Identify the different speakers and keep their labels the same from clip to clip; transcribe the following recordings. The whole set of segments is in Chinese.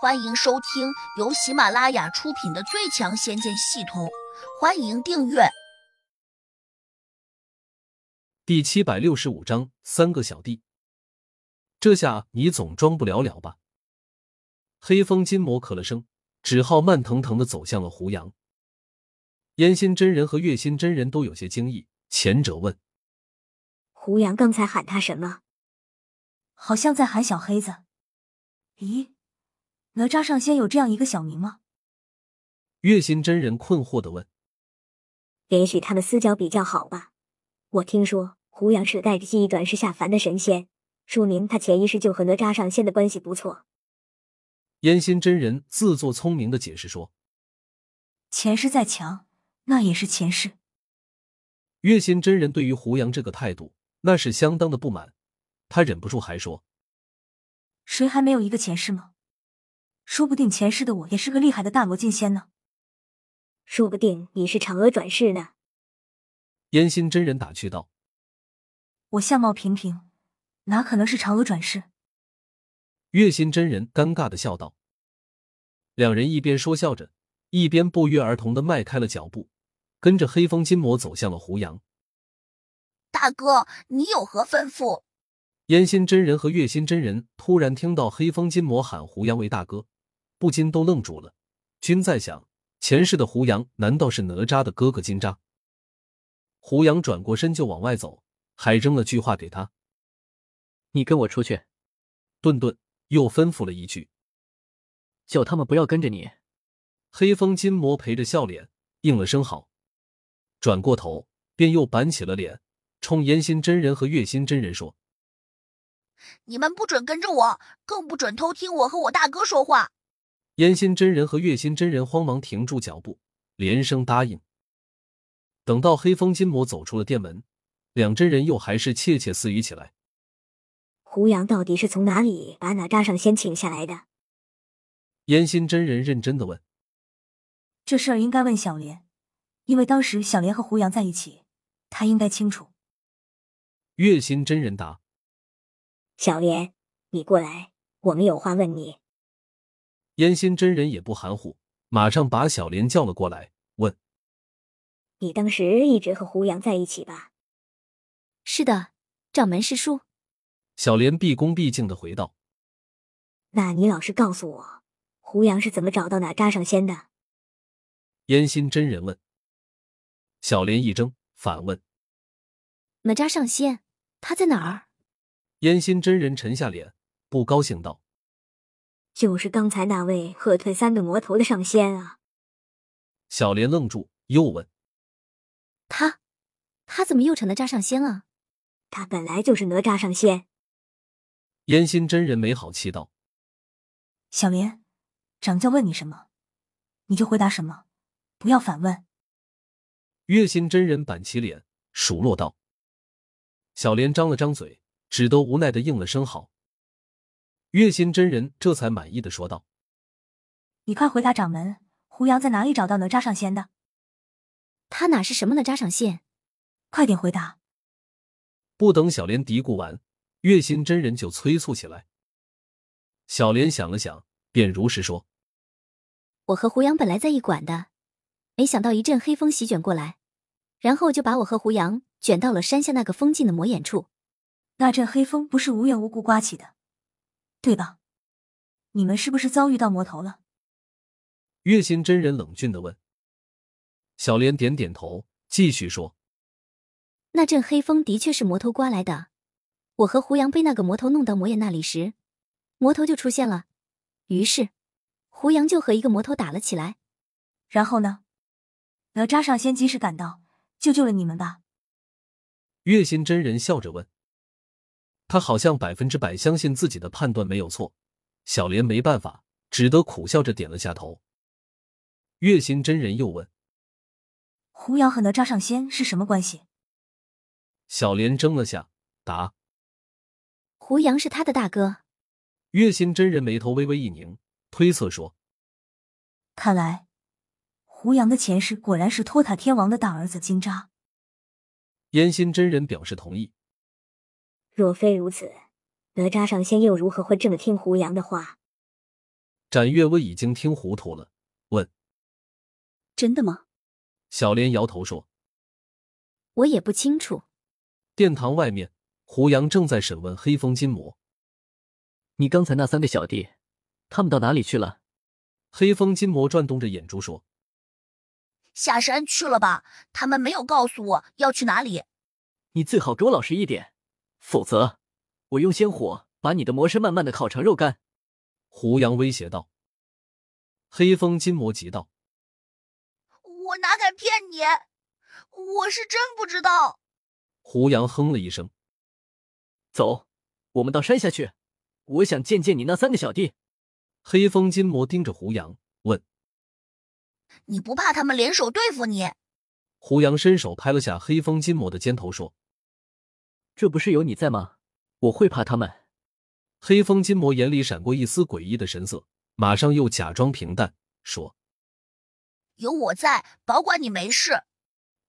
Speaker 1: 欢迎收听由喜马拉雅出品的《最强仙剑系统》，欢迎订阅。
Speaker 2: 第七百六十五章三个小弟。这下你总装不了了吧？黑风金魔咳了声，只好慢腾腾的走向了胡杨。烟心真人和月心真人都有些惊异，前者问
Speaker 3: 胡杨刚才喊他什么？
Speaker 4: 好像在喊小黑子。咦，哪吒上仙有这样一个小名吗？
Speaker 2: 月心真人困惑的问
Speaker 3: 也许他们私交比较好吧。我听说胡杨是带着记忆转世下凡的神仙，说明他潜意识就和哪吒上仙的关系不错。
Speaker 2: 烟心真人自作聪明的解释说。
Speaker 4: 前世再强，那也是前世。
Speaker 2: 月心真人对于胡杨这个态度，那是相当的不满。他忍不住还说
Speaker 4: 谁还没有一个前世吗？说不定前世的我也是个厉害的大魔剑仙呢。
Speaker 3: 说不定你是嫦娥转世呢。：“
Speaker 2: 烟心真人打趣道。
Speaker 4: 我相貌平平，哪可能是嫦娥转世？”
Speaker 2: 月心真人尴尬的笑道。两人一边说笑着，一边不约而同的迈开了脚步，跟着黑风金魔走向了胡杨。
Speaker 1: 大哥，你有何吩咐？
Speaker 2: 烟心真人和月心真人突然听到黑风金魔喊胡杨为大哥，不禁都愣住了，均在想前世的胡杨难道是哪吒的哥哥金吒？胡杨转过身就往外走，还扔了句话给他。
Speaker 5: 你跟我出去，
Speaker 2: 顿顿又吩咐了一句。
Speaker 5: 叫他们不要跟着你。
Speaker 2: 黑风金魔陪着笑脸应了声好，转过头便又板起了脸，冲烟心真人和月心真人说
Speaker 1: 你们不准跟着我，更不准偷听我和我大哥说话。：“
Speaker 2: 烟心真人和月心真人慌忙停住脚步，连声答应。”等到黑风金魔走出了店门，两真人又还是窃窃私语起来。
Speaker 3: 胡杨到底是从哪里把哪吒上仙请下来的？
Speaker 2: 烟心真人认真的问
Speaker 4: 这事儿应该问小莲，因为当时小莲和胡杨在一起，他应该清楚。
Speaker 2: 月心真人答。
Speaker 3: 小莲，你过来，我们有话问你。
Speaker 2: 烟心真人也不含糊，马上把小莲叫了过来，问
Speaker 3: 你当时一直和胡杨在一起吧？
Speaker 6: 是的，掌门师叔，
Speaker 2: 小莲毕恭毕敬的回道。
Speaker 3: 那你老实告诉我，胡杨是怎么找到哪吒上仙的？
Speaker 2: 烟心真人问。小莲一怔，反问。
Speaker 6: 哪吒上仙，他在哪儿？
Speaker 2: 烟心真人沉下脸，不高兴道
Speaker 3: 就是刚才那位喝退三个魔头的上仙啊！：“
Speaker 2: 小莲愣住，又问。
Speaker 6: 他，他怎么又成哪吒上仙了？
Speaker 3: 他本来就是哪吒上仙。”
Speaker 2: 烟心真人没好气道
Speaker 4: 小莲，掌教问你什么，你就回答什么，不要反问。：“
Speaker 2: 月心真人板起脸，数落道。”小莲张了张嘴，只得无奈的应了声好。月心真人这才满意的说道
Speaker 4: 你快回答掌门，胡杨在哪里找到哪吒上仙的？
Speaker 6: 他哪是什么哪吒上仙？
Speaker 4: 快点回答！：“
Speaker 2: 不等小莲嘀咕完，月心真人就催促起来。”小莲想了想，便如实说。
Speaker 6: 我和胡杨本来在一馆的，没想到一阵黑风席卷过来，然后就把我和胡杨卷到了山下那个封禁的魔眼处。
Speaker 4: 那阵黑风不是无缘无故刮起的，对吧？你们是不是遭遇到魔头了？
Speaker 2: 月心真人冷峻的问。小莲点点头，继续说。
Speaker 6: 那阵黑风的确是魔头刮来的，我和胡杨被那个魔头弄到魔眼那里时，魔头就出现了，于是胡杨就和一个魔头打了起来。
Speaker 4: 然后呢？哪吒上仙及时赶到，救救了你们吧。
Speaker 2: 月心真人笑着问：“他好像百分之百相信自己的判断没有错。”小莲没办法，只得苦笑着点了下头。月心真人又问
Speaker 4: 胡杨和哪吒上仙是什么关系？
Speaker 2: 小莲，怔了下，答。
Speaker 6: 胡杨是他的大哥，
Speaker 2: 月心真人眉头微微一拧，推测说
Speaker 4: 看来，胡杨的前世果然是托塔天王的大儿子金吒。：“
Speaker 2: 烟心真人表示同意。
Speaker 3: 若非如此，哪吒上仙又如何会这么听胡杨的话？”
Speaker 2: 展月薇已经听糊涂了，问
Speaker 7: 真的吗？
Speaker 2: 小莲摇头说。
Speaker 6: 我也不清楚。
Speaker 2: 殿堂外面，胡杨正在审问黑风金魔。
Speaker 5: 你刚才那三个小弟，他们到哪里去了？
Speaker 2: 黑风金魔转动着眼珠说
Speaker 1: 下山去了吧？他们没有告诉我要去哪里。
Speaker 5: 你最好给我老实一点，否则我用仙火把你的魔身慢慢的烤成肉干。：“
Speaker 2: 胡杨威胁道。”黑风金魔急道
Speaker 1: 我哪敢骗你？我是真不知道。：“
Speaker 2: 胡杨哼了一声。
Speaker 5: 走，我们到山下去，我想见见你那三个小弟。”
Speaker 2: 黑风金魔盯着胡杨问
Speaker 1: 你不怕他们联手对付你？：“
Speaker 2: 胡杨伸手拍了下黑风金魔的肩头说
Speaker 5: 这不是有你在吗？我会怕他们。：‘
Speaker 2: 黑风金魔眼里闪过一丝诡异的神色，马上又假装平淡说
Speaker 1: 有我在，保管你没事。：‘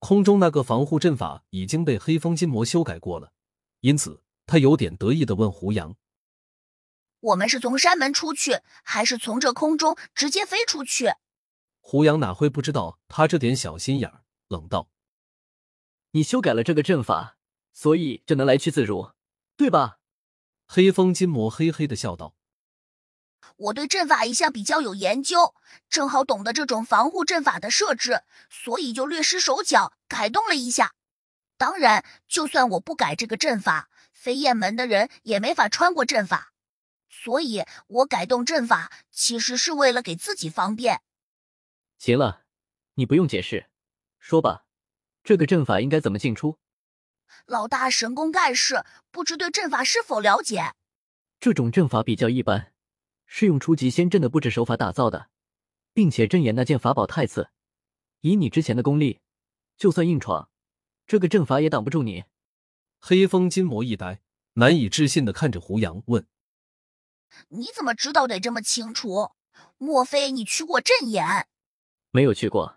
Speaker 2: 空中那个防护阵法已经被黑风金魔修改过了，因此他有点得意的问胡杨。’
Speaker 1: 我们是从山门出去，还是从这空中直接飞出去？
Speaker 2: 胡杨哪会不知道他这点小心眼儿，冷道
Speaker 5: 你修改了这个阵法，所以就能来去自如，对吧？：“
Speaker 2: 黑风金魔嘿嘿的笑道。
Speaker 1: 我对阵法一向比较有研究，正好懂得这种防护阵法的设置，所以就略施手脚改动了一下。当然，就算我不改这个阵法，飞燕门的人也没法穿过阵法，所以我改动阵法其实是为了给自己方便。
Speaker 5: 行了，你不用解释，说吧，这个阵法应该怎么进出？
Speaker 1: 老大神功盖世，不知对阵法是否了解？
Speaker 5: 这种阵法比较一般，是用初级仙阵的布置手法打造的，并且阵眼那件法宝太次，以你之前的功力，就算硬闯，这个阵法也挡不住你。
Speaker 2: 黑风金魔一呆，难以置信的看着胡杨问
Speaker 1: 你怎么知道得这么清楚？莫非你去过阵眼？
Speaker 5: 没有去过，